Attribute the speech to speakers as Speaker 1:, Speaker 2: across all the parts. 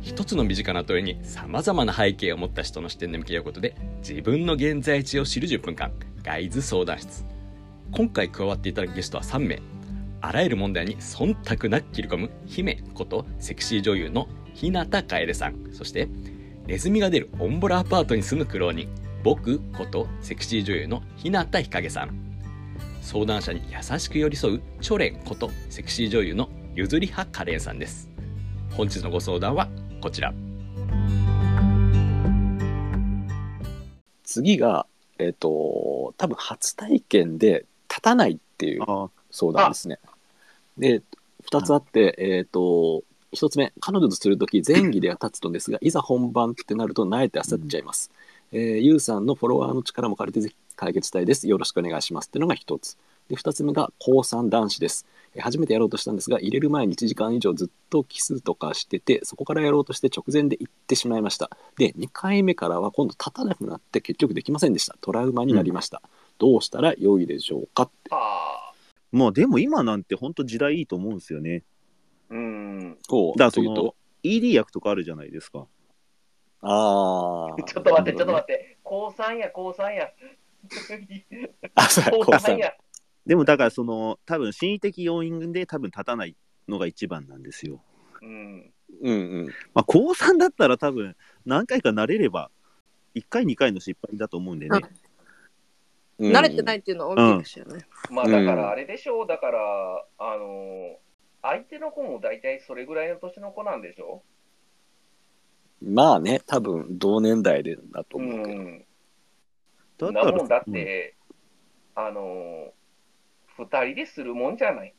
Speaker 1: 一つの身近な問いに様々な背景を持った人の視点で向き合うことで自分の現在地を知る10分間外図相談室今回加わっていただくゲストは3名あらゆる問題に忖度なく切り込む姫ことセクシー女優の日向楓さんそしてネズミが出るオンボラアパートに住む苦労人僕ことセクシー女優の日向日陰さん相談者に優しく寄り添うチョレンことセクシー女優のゆずりはカレンさんです本日のご相談はこちら
Speaker 2: 次が、えっ、と、多分初体験で立たないっていう
Speaker 3: ああ
Speaker 2: 相談ですね。で、二つあって、えっ、と、一つ目、彼女とするとき前儀では立つのですが、いざ本番ってなると慣れて焦っちゃいます。えーゆうさんのフォロワーの力も借りてぜひ解決したいです。よろしくお願いします。っていうのが一つ。で、二つ目が、高3男子です。えー初めてやろうとしたんですが、入れる前に1時間以上ずっとキスとかしてて、そこからやろうとして直前で行ってしまいました。で、2回目からは今度立たなくなって結局できませんでした。トラウマになりました。どうしたら良いでしょうかって。
Speaker 3: あまあでも今なんて本当時代いいと思うんですよね。
Speaker 4: うん。
Speaker 2: こう
Speaker 3: だから
Speaker 2: と
Speaker 3: そ
Speaker 2: いうと
Speaker 3: の ED 役とかあるじゃないですか。
Speaker 2: ああ。
Speaker 4: ちょっと待って、ちょっと待って。高三や、高三や。
Speaker 2: て。あ、そうや、
Speaker 4: 高
Speaker 2: 高三
Speaker 4: 三。や。
Speaker 3: でもだからその多分心理的要因で多分立たないのが一番なんですよ。
Speaker 4: うん。
Speaker 2: うんうん。
Speaker 3: まあ高3だったら多分何回か慣れれば1回2回の失敗だと思うんでね。
Speaker 2: うん
Speaker 5: 慣れてないっていうのは大きいですよね。
Speaker 4: まあ
Speaker 2: うん
Speaker 4: だからあれでしょう、だから、あの相手の子も大体それぐらいの年の子なんでしょ
Speaker 2: まあね、多分同年代でだと
Speaker 4: う
Speaker 2: 思うけど。
Speaker 4: ん。
Speaker 3: だった
Speaker 4: なもんだ
Speaker 3: ら
Speaker 4: っ、て、あの二人でするもんじゃない。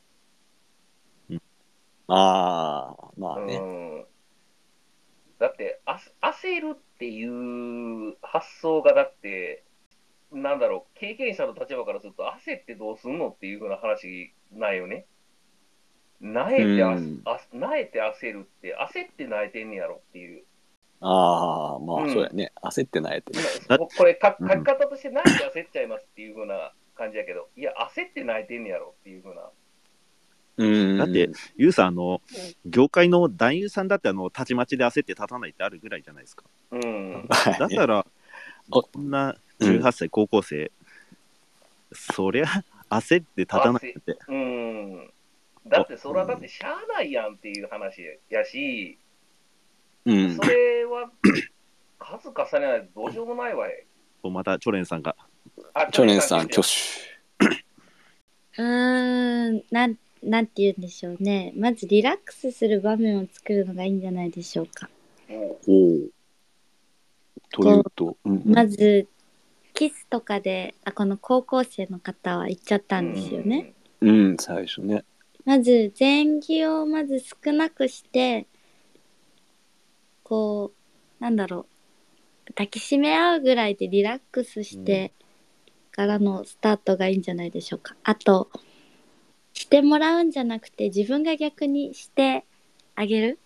Speaker 2: ああ、まあ
Speaker 4: う
Speaker 2: ね。
Speaker 4: ん。だって、あす焦るっていう発想がだって、なんだろう、経験者の立場からすると、焦ってどうすんのっていうふうな話ないよね。なえてあ、
Speaker 2: うん
Speaker 4: あなえて焦るって、焦って泣いてんねやろっていう。
Speaker 2: ああ、ま
Speaker 4: う
Speaker 2: あ
Speaker 4: ん
Speaker 2: そうやね。焦ってないってね。
Speaker 3: だ
Speaker 4: ここれか、
Speaker 3: う
Speaker 4: 書
Speaker 3: ん
Speaker 4: き方として泣いて焦っちゃいますっていうふうな感じやけど、いや、焦って泣いてんねやろっていうふうな。
Speaker 2: うん。
Speaker 3: だって、ユウさん、あの、業界の男優さんだって、あの、たちまちで焦って立たないってあるぐらいじゃないですか。
Speaker 4: うん。
Speaker 2: はい
Speaker 3: だったら、
Speaker 2: お
Speaker 3: こんな
Speaker 2: うん
Speaker 3: 18歳、高校生、そりゃ、焦って立たないって。
Speaker 4: うん。だって、それはだってしゃあないやんっていう話やし、
Speaker 2: うん
Speaker 4: そ。れは数重ねないとどうしようもないわい。
Speaker 3: また、チョレンさんが。
Speaker 4: あ
Speaker 2: 去年さん、挙
Speaker 4: 手。
Speaker 2: 手。
Speaker 6: うーんなんなんて言うんでしょうねまずリラックスする場面を作るのがいいんじゃないでしょうか
Speaker 4: も
Speaker 2: おお。というと、うん
Speaker 6: まずキスとかであこの高校生の方は言っちゃったんですよね、。
Speaker 2: うん、最初ね。
Speaker 6: まず前儀をまず少なくしてこうなんだろう抱きしめ合うぐらいでリラックスしてからのスタートがいいんじゃないでしょうか、あとしてもらうんじゃなくて自分が逆にしてあげる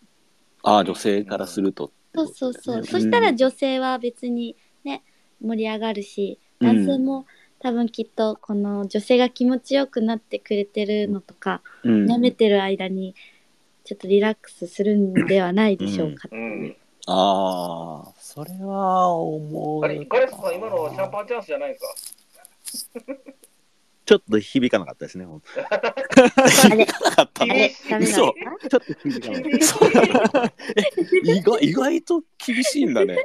Speaker 2: ああ、女性からすると。
Speaker 6: そうそうそう、
Speaker 2: うん
Speaker 6: そしたら女性は別にね盛り上がるし
Speaker 2: うん
Speaker 6: 男性も多分きっとこの女性が気持ちよくなってくれてるのとか、
Speaker 2: うん
Speaker 6: 舐めてる間にちょっとリラックスするんではないでしょうか、
Speaker 4: うん。うん、
Speaker 2: ああ、それは思う。
Speaker 4: あれ、ガレスさん、今のシャンパンチャンスじゃないですか。
Speaker 3: ちょっと響かなかったですね。ほんと
Speaker 6: あれ
Speaker 2: なかった
Speaker 6: あれダメな
Speaker 2: 嘘
Speaker 6: のか
Speaker 3: ちょっと響かなかっ
Speaker 4: 厳しい
Speaker 2: 意外意外と厳しいんだね。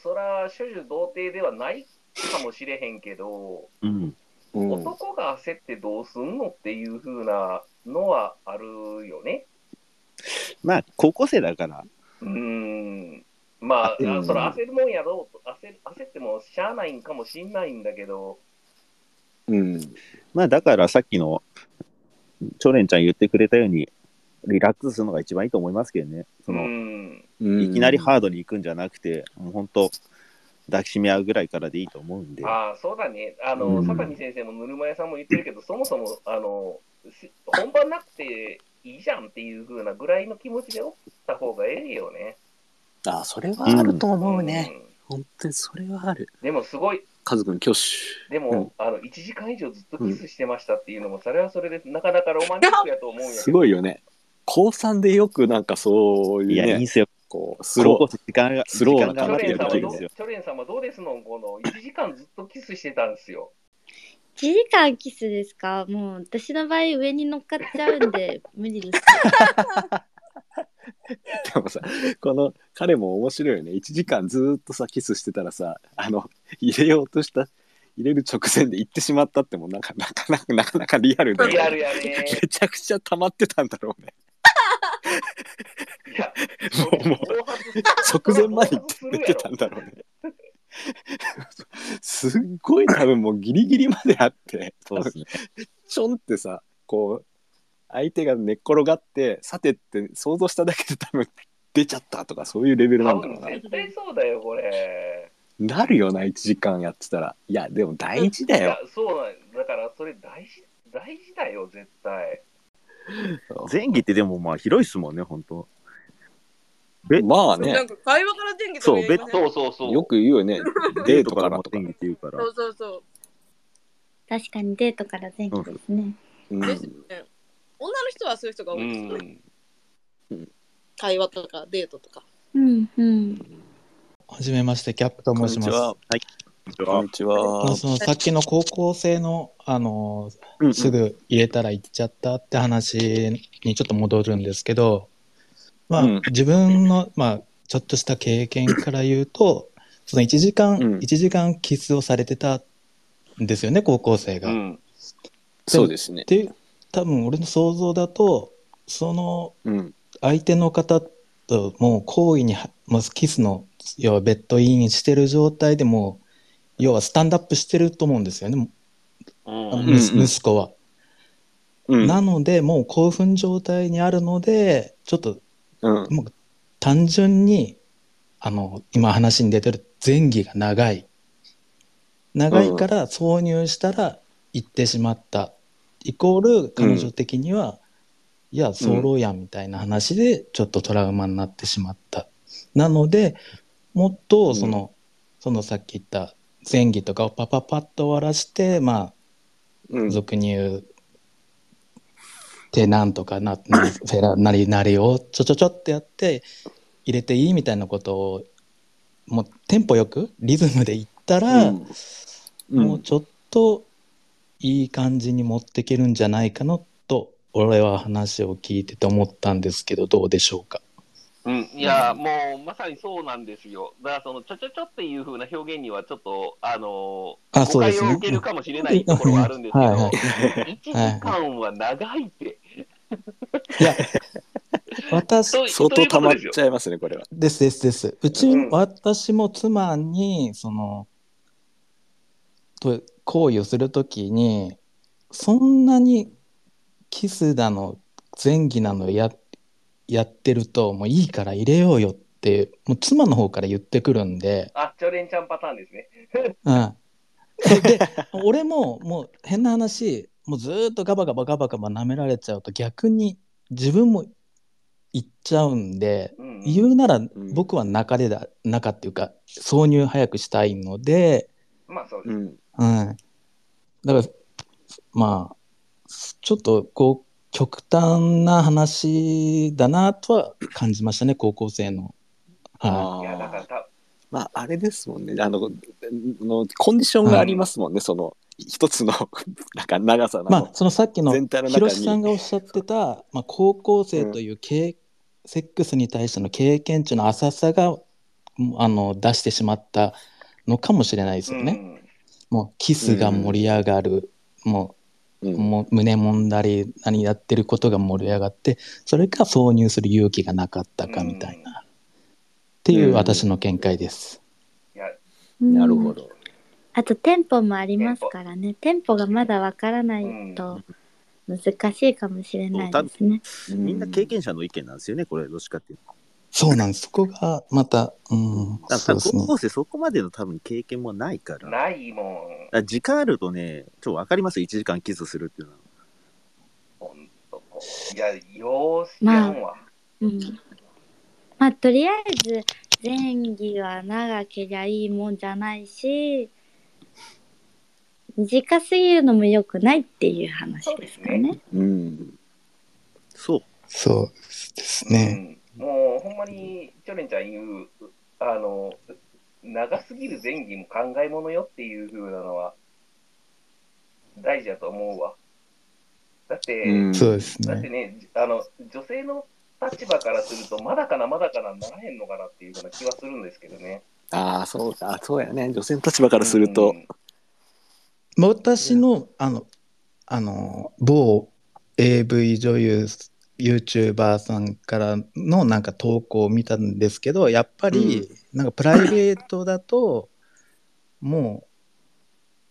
Speaker 4: そら、処女童貞ではないかもしれへんけど、
Speaker 3: た。うん。
Speaker 2: うん
Speaker 4: 男が焦ってどうすんのっていう風なのはあるよね。
Speaker 3: まあ、高校生だから、
Speaker 4: うん。まあ、
Speaker 2: うん
Speaker 4: あそら焦るもんやろうと焦る、焦ってもしゃあないんかもしんないんだけど、
Speaker 2: うん。
Speaker 3: まあ、だからさっきの、チョレンちゃん言ってくれたように、リラックスするのが一番いいと思いますけどね。そうの、
Speaker 4: ん。
Speaker 2: うん
Speaker 3: いきなりハードに行くんじゃなくて、もう本当、抱きしめ合うぐらいからでいいと思うんで。
Speaker 4: ああ、そうだね。あ
Speaker 3: う
Speaker 4: の、
Speaker 3: ん
Speaker 4: 坂見先生もぬるま屋さんも言って るけど、そもそも、あの、し本番なくていいじゃんっていう風なぐらいの気持ちでおった方がええよね。
Speaker 2: あ、それはあると思うね。
Speaker 4: ん
Speaker 2: 本当にそれはある。
Speaker 4: でもすごい、
Speaker 2: カズ君挙
Speaker 4: でも、あの、1時間以上ずっとキスしてましたっていうのも、それはそれでなかなかロマンチックやと思うん
Speaker 2: 手。
Speaker 4: や
Speaker 2: す
Speaker 4: けど、
Speaker 2: ごいよね。高3でよくなんかそう
Speaker 3: い
Speaker 2: いう
Speaker 3: や、いい
Speaker 2: ね
Speaker 3: んすよ。
Speaker 2: こうス
Speaker 3: 高
Speaker 2: ロ
Speaker 3: 校生時間が、
Speaker 2: スローな
Speaker 4: チ
Speaker 2: 頑
Speaker 4: ョ
Speaker 2: 張っ
Speaker 4: レ
Speaker 2: て
Speaker 4: ン
Speaker 2: る
Speaker 4: さ
Speaker 2: と
Speaker 4: んは
Speaker 2: き
Speaker 4: ど
Speaker 2: に
Speaker 4: チョレンさんはどうですのんこの1時間ずっとキスしてたんですよ。
Speaker 6: 1時間キスですかもう私の場合上に乗っかっちゃうんで無理です。
Speaker 2: ーでもさこの彼も面白いよね1時間ずーっとさキスしてたらさあの入れようとした入れる直前で行ってしまったってもうなんかなかなかなかなかリアルで
Speaker 4: リアルやね。
Speaker 2: めちゃくちゃ溜まってたんだろうね
Speaker 4: いや、
Speaker 2: もう
Speaker 4: 暴発する
Speaker 2: 直前まで行って寝てたんだろうね すっごい多分もうギリギリまであって
Speaker 3: そうですね。
Speaker 2: ちょんってさこう相手が寝っ転がってさてって想像しただけで多分出ちゃったとかそういうレベルな
Speaker 4: 多
Speaker 2: んだろう
Speaker 4: 分絶対そうだよ、これ。
Speaker 2: ななるよな1時間やってたらいやでも大事だ
Speaker 4: いや
Speaker 2: よ、
Speaker 4: そうなんだから、それ大事、大事だよ、絶対。
Speaker 3: 前儀ってでもまあ広いっすもんね、本当 え
Speaker 2: まあ
Speaker 5: な
Speaker 2: ね
Speaker 5: んか会話から電気とかやりません
Speaker 4: そうそうそう。
Speaker 2: よく言うよねデートからとか
Speaker 3: 前、儀っていうから
Speaker 5: そ。うそうそう。
Speaker 6: 確かにデートから前期ですね。
Speaker 2: うん
Speaker 5: ですよね。女の人はそういう人が多
Speaker 4: う
Speaker 5: いですよね。
Speaker 4: ん。
Speaker 5: 会話とかデートとか。
Speaker 6: うんうん。
Speaker 7: はじめまして、キャップと申しま
Speaker 2: こん
Speaker 7: す。
Speaker 2: にち
Speaker 7: あ
Speaker 2: は
Speaker 7: のそのさっきの高校生の、あの、
Speaker 3: うん
Speaker 7: すぐ入れたら行っちゃったって話にちょっと戻るんですけど、まあ、
Speaker 2: うん
Speaker 7: 自分の、まあ、ちょっとした経験から言うと、その1時間、
Speaker 2: うん
Speaker 7: 一時間キスをされてたんですよね、高校生が。
Speaker 4: う
Speaker 7: っ
Speaker 4: ん。
Speaker 2: そうですね
Speaker 7: て、多分俺の想像だと、その
Speaker 2: うん
Speaker 7: 相手の方ともう行為にはもうキスの要はベッドインしてる状態でもう要はスタンダップしてると思うんですよね、あの
Speaker 4: うん
Speaker 2: ん
Speaker 7: 息
Speaker 2: うん
Speaker 7: 息子は。
Speaker 2: うん
Speaker 7: なのでもう興奮状態にあるのでちょっと
Speaker 2: うん
Speaker 7: もう単純にあの今話に出てる前戯が長い長いから挿入したら行ってしまった、イコール彼女的には、いやそうやんみたいな話でちょっとトラウマになってしまったなのでもっとその,、そのさっき言った前戯とかをパパパッと終わらしてまあ
Speaker 2: うん
Speaker 7: 俗に言う、てなんとかな、なフェラなりなりをちょちょちょってやって、入れていいみたいなことを、もうテンポよく、リズムで言ったら、
Speaker 2: うん
Speaker 7: もうちょっといい感じに持っていけるんじゃないかなと、俺は話を聞いてて思ったんですけど、どうでしょうか。
Speaker 4: うん、いや、もうまさにそうなんですよ。だから、そのちょちょちょっていう風な表現には、ちょっと、あの
Speaker 7: あ
Speaker 4: 誤
Speaker 7: そうで
Speaker 4: 解
Speaker 7: す
Speaker 4: を
Speaker 7: ね
Speaker 4: 受けるかもしれないところはあるんですけ
Speaker 7: うんはい
Speaker 4: ど、1時間は長いって、
Speaker 7: いや、私、
Speaker 4: と
Speaker 2: 相
Speaker 4: とい
Speaker 2: 当溜
Speaker 4: うこと
Speaker 2: まっ
Speaker 4: ですよ
Speaker 2: ちゃいますねこれは
Speaker 7: ですですです。うち、
Speaker 4: うん
Speaker 7: 私も妻に、その、と行為をするときに、そんなにキスだの、前戯なのや、やってると、もういいから入れようよって、もう妻の方から言ってくるんで、
Speaker 4: あ、チョレンちゃんパターンですね。
Speaker 7: うん。で、で俺も、もう変な話、もうずーっとガバガバガバガバ舐められちゃうと、逆に自分も行っちゃうんで、
Speaker 4: うん、
Speaker 7: 言うなら
Speaker 2: ん
Speaker 7: 僕は中でだ、中っていうか挿入早くしたいので、
Speaker 4: まあそうで
Speaker 2: う
Speaker 4: す。
Speaker 2: ん
Speaker 7: うん、だからまあちょっとこう極端な話だなとは感じましたね高校生の。はい
Speaker 2: あ
Speaker 4: いや、だから
Speaker 2: ー
Speaker 4: た、
Speaker 2: まああれですもんねあののコンディションがありますもんね、その一つの なんか長さなの、
Speaker 7: まあそのさっきの
Speaker 2: 全体の
Speaker 7: ひ
Speaker 2: 中
Speaker 7: ろ
Speaker 2: に
Speaker 7: しさんがおっしゃってた、まあ、高校生という経、セックスに対しての経験値の浅さがあの出してしまったのかもしれないですよね。もうキスが盛り上がる、も
Speaker 2: う
Speaker 7: うんもう胸もんだり何やってることが盛り上がってそれか挿入する勇気がなかったかみたいな、っていう私の見解です。
Speaker 4: うん。いや、
Speaker 2: なるほ
Speaker 6: ど。
Speaker 2: ど、
Speaker 6: あとテンポもありますからね。テンポがまだわからないと難しいかもしれないですね。
Speaker 3: みんな経験者の意見なんですよね、これ、どっちかっていうと。
Speaker 7: そうなんですそこがまた、うん、
Speaker 3: だ
Speaker 7: そ
Speaker 3: か
Speaker 7: う
Speaker 3: ら
Speaker 7: ですね
Speaker 3: 高。校生、そこまでの多分経験もないから。だか
Speaker 4: ないもん。
Speaker 3: ら時間あるとね、ちょっとわかりますよ、1時間キスするっていうのは。
Speaker 4: ほんとこういや、ようしやんわ。
Speaker 6: うん。まあとりあえず前儀は長けりゃいいもんじゃないし、短すぎるのも良くないっていう話ですかね。
Speaker 2: うん
Speaker 3: そう。
Speaker 7: そうですね。
Speaker 4: うん、もうほんまに、チョレンちゃん言う、あの、長すぎる前儀も考えものよっていう風なのは、大事だと思うわ。だって、
Speaker 2: うん
Speaker 7: そうです
Speaker 4: だって
Speaker 7: ね。
Speaker 4: ね、あの、女性の立場からすると、まだかな、まだかな、ならへんのかなっていうような気はするんですけどね。
Speaker 2: ああ、そうか、そうやね。女性の立場からすると
Speaker 4: う。ん
Speaker 7: 私の、あの、あの、某 AV 女優、YouTuber さんからのなんか投稿を見たんですけど、やっぱり、なんかプライベートだと、も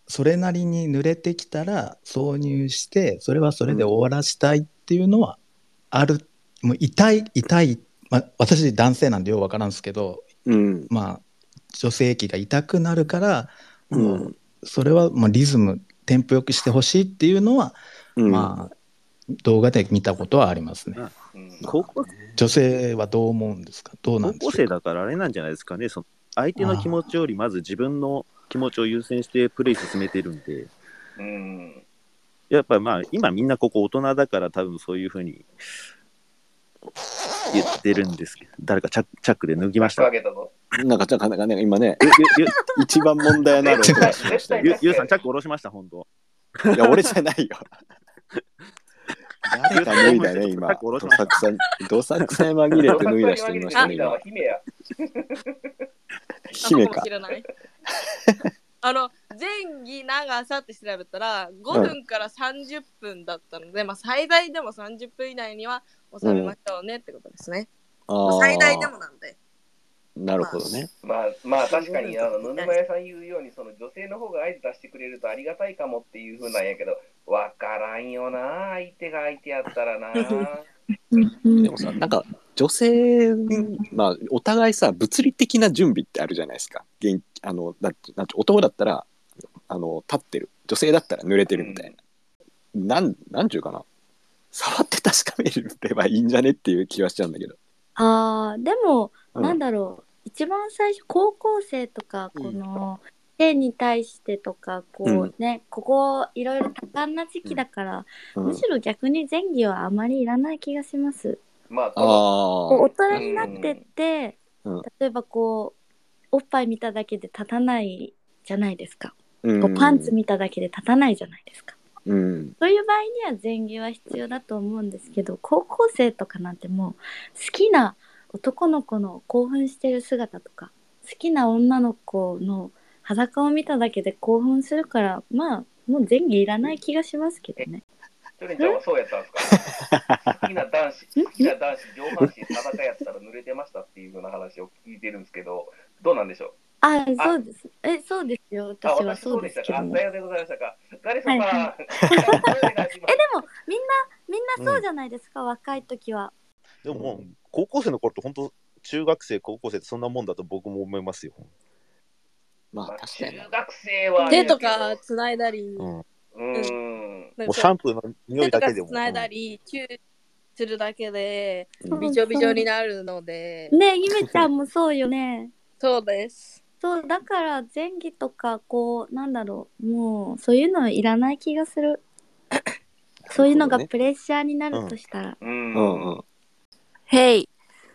Speaker 7: う、それなりに濡れてきたら挿入して、それはそれで終わらしたいっていうのはある。もう痛い、痛い。まあ、私男性なんでようわからんすけど、
Speaker 2: うん。
Speaker 7: まあ、女性器が痛くなるから、
Speaker 2: う。
Speaker 7: もうんそれはまあリズムテンポよくしてほしいっていうのは、
Speaker 2: うん
Speaker 7: まあ動画で見たことはありますね
Speaker 3: うん
Speaker 4: うん
Speaker 3: 高校
Speaker 7: 女性はどう思うんですかどうな
Speaker 3: 高
Speaker 7: んで
Speaker 3: 校
Speaker 7: す
Speaker 3: 生
Speaker 7: か
Speaker 3: だからあれなんじゃないですかね、その相手の気持ちよりまず自分の気持ちを優先してプレイ進めてるんで、
Speaker 4: うん。
Speaker 3: やっぱまあ、今みんなここ大人だから、多分そういうふうに言ってるんですけど、誰かチャックチャックで脱ぎまし
Speaker 4: 仕掛
Speaker 3: た。
Speaker 4: けたぞ。
Speaker 2: なんか、ちょっとなんかね、今ね、
Speaker 3: ゆゆ
Speaker 2: 一番問題 のある音がしましたよ
Speaker 3: ゆゆうさん、チャック下ろしました、本当。
Speaker 2: いや、俺じゃないよ。誰か脱いだね、
Speaker 3: さ
Speaker 2: 今。
Speaker 3: っき下ろし
Speaker 2: ど
Speaker 3: ました
Speaker 2: さくさに、どさくさに紛れて脱いだ人いました ね、
Speaker 4: あ
Speaker 2: 今。
Speaker 4: 姫や。
Speaker 5: な
Speaker 2: 姫
Speaker 5: のか
Speaker 2: か
Speaker 5: もし。れない。 あの前儀長さって調べたら5分から30分だったので、まあ、最大でも30分以内には収めましょうねってことですね。まあ
Speaker 2: ああ、
Speaker 5: 最大でもなんで。
Speaker 2: なるほどね。
Speaker 4: まあ、まあ、確かに、あの、野沼屋さん言うように、その女性の方が合図出してくれるとありがたいかもっていうふうなんやけど、わからんよな、相手が相手やった らな。
Speaker 6: うん
Speaker 2: でもさ、なんか、女性、まあ、お互いさ、物理的な準備ってあるじゃないですか。現あの、だって、なんて男だったら、あの、立ってる。女性だったら濡れてるみたいな。なん、なんちゅうかな。触って確かめればいいんじゃねっていう気はしちゃうんだけど。
Speaker 6: あーでも、
Speaker 2: うん
Speaker 6: なんだろう一番最初高校生とか
Speaker 2: うん
Speaker 6: この性に対してとかこう、
Speaker 2: うん
Speaker 6: ねここいろいろ多感な時期だから、
Speaker 2: うん
Speaker 6: むしろ逆に前儀はあまりいらない気がします。
Speaker 4: まあ、
Speaker 2: あ
Speaker 6: こう
Speaker 2: あ。
Speaker 6: 大人になってって、
Speaker 2: うんうん
Speaker 6: 例えばこうおっぱい見ただけで立たないじゃないですか、
Speaker 2: う
Speaker 6: こうパンツ見ただけで立たないじゃないですか。
Speaker 2: うん。
Speaker 6: そういう場合には前儀は必要だと思うんですけど高校生とかなんてもう好きな男の子の興奮してる姿とか好きな女の子の裸を見ただけで興奮するからまあもう前儀いらない気がしますけどね。
Speaker 4: チョレンちゃんはそうやったんですか好きな男子、好きな男子、上半身裸やったら濡れてましたっていうふうな話を聞いてるんですけど、どうなんでしょう
Speaker 6: あそうですえそうですよ
Speaker 4: あ、
Speaker 6: 私はそうで
Speaker 4: し
Speaker 6: す
Speaker 4: た
Speaker 6: け
Speaker 4: か。
Speaker 6: ど
Speaker 4: あ、
Speaker 6: も
Speaker 4: さようでございましたか。誰様、
Speaker 6: はいは
Speaker 4: お願いします
Speaker 6: えでもみんなみんなそうじゃないですか、若い時は。
Speaker 3: でももう、高校生の頃って、本当、中学生、高校生ってそんなもんだと僕も思いますよ。
Speaker 2: まあ、
Speaker 4: まあ
Speaker 2: 確
Speaker 4: 中
Speaker 2: かに。
Speaker 4: 学生は。
Speaker 5: 手とかつないだり、
Speaker 3: うん、も
Speaker 4: うーん。
Speaker 5: なん
Speaker 3: う
Speaker 5: か
Speaker 3: シャンプーの匂
Speaker 5: 手
Speaker 3: い
Speaker 5: と
Speaker 3: だ
Speaker 5: か
Speaker 3: け
Speaker 5: つ
Speaker 3: でも。
Speaker 5: ないだり、チューするだけで
Speaker 2: うん
Speaker 5: びちょびちょになるので、
Speaker 6: ねえゆめちゃんもそうよね。
Speaker 5: そうです。
Speaker 6: そうだから前儀とかこうなんだろうもうそういうのいらない気がす るそういうのが
Speaker 2: なる
Speaker 6: プレッシャーになるとしたら、
Speaker 4: うーん。
Speaker 2: ほどねうんうん。
Speaker 5: へい。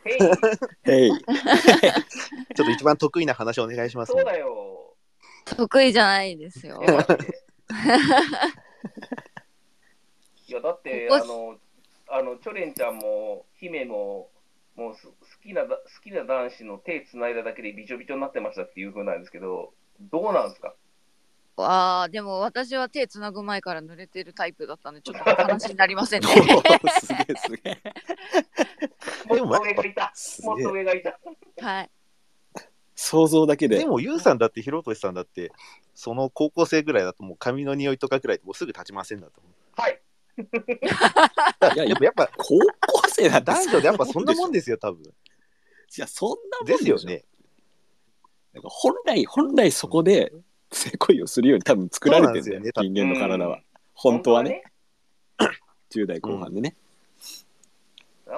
Speaker 4: へい、
Speaker 2: へい。
Speaker 3: うんちょっと一番得意な話お願いします、
Speaker 4: そうだよ。
Speaker 8: 得意じゃないですよ
Speaker 4: え。マジで いや、だって、
Speaker 8: こ
Speaker 4: あ
Speaker 8: こ
Speaker 4: の、あの、チョレンちゃんも、姫も、もうす好きなだ、好きな男子の手つないだだけでびちょびちょになってましたっていうふうなんですけど、どうなんですか
Speaker 8: ああ、でも私は手つなぐ前から濡れてるタイプだったんで、ちょっと話になりま せんね。
Speaker 2: すげえすげえ。
Speaker 4: もっと上がいた。
Speaker 2: す
Speaker 4: もっ
Speaker 2: げ
Speaker 4: と
Speaker 2: え。
Speaker 4: 上がいた。
Speaker 8: はい。
Speaker 2: 想像だけで。
Speaker 3: でも、ゆうさんだって、ひろとしさんだって、その高校生ぐらいだと、もう髪の匂いとかぐらいでもうすぐ立ちませんだと思う。
Speaker 4: はい。
Speaker 2: いや、
Speaker 3: や
Speaker 2: や
Speaker 3: っぱ、やっぱ
Speaker 2: 高校生なんて
Speaker 3: 男女でやっぱそんなもんですよ、多分。
Speaker 2: いや、そんなもん
Speaker 3: で
Speaker 2: ですす
Speaker 3: よ
Speaker 2: よ
Speaker 3: ね
Speaker 2: ね。。なんか本来、本来そこで、性行為をするように多分作られてるんだよね
Speaker 3: そう、なん
Speaker 2: 人間の体
Speaker 4: う
Speaker 2: は
Speaker 4: ん。
Speaker 2: 本当はね、10代後半でね。
Speaker 4: 本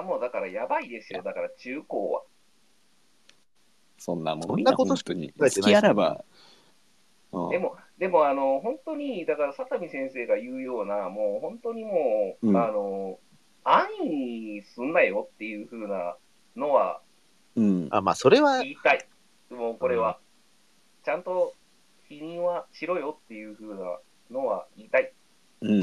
Speaker 4: 当はね。あもうだからやばいですよ。だから中高は。
Speaker 2: そんなもん
Speaker 3: そんなことしか
Speaker 2: 本当
Speaker 3: 考え
Speaker 2: に。好
Speaker 3: てない
Speaker 2: きあらば。うん
Speaker 4: でも、でもあの、本当に、だから、佐々木先生が言うような、もう本当にもう、
Speaker 2: うん
Speaker 4: あの、安易にすんなよっていう風なのは
Speaker 2: うん。
Speaker 3: あ、まあ、それは
Speaker 4: 言、いたい。もうこれは、ちゃんと否認はしろよっていう風なのは言いたい。
Speaker 2: うん。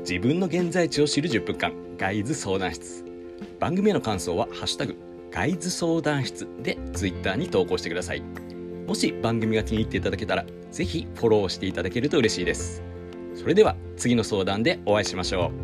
Speaker 1: 自分の現在地を知る10分間ガイズ相談室番組への感想は「ハッシュタグガイズ相談室」でツイッターに投稿してくださいもし番組が気に入っていただけたらぜひフォローしていただけると嬉しいですそれでは次の相談でお会いしましょう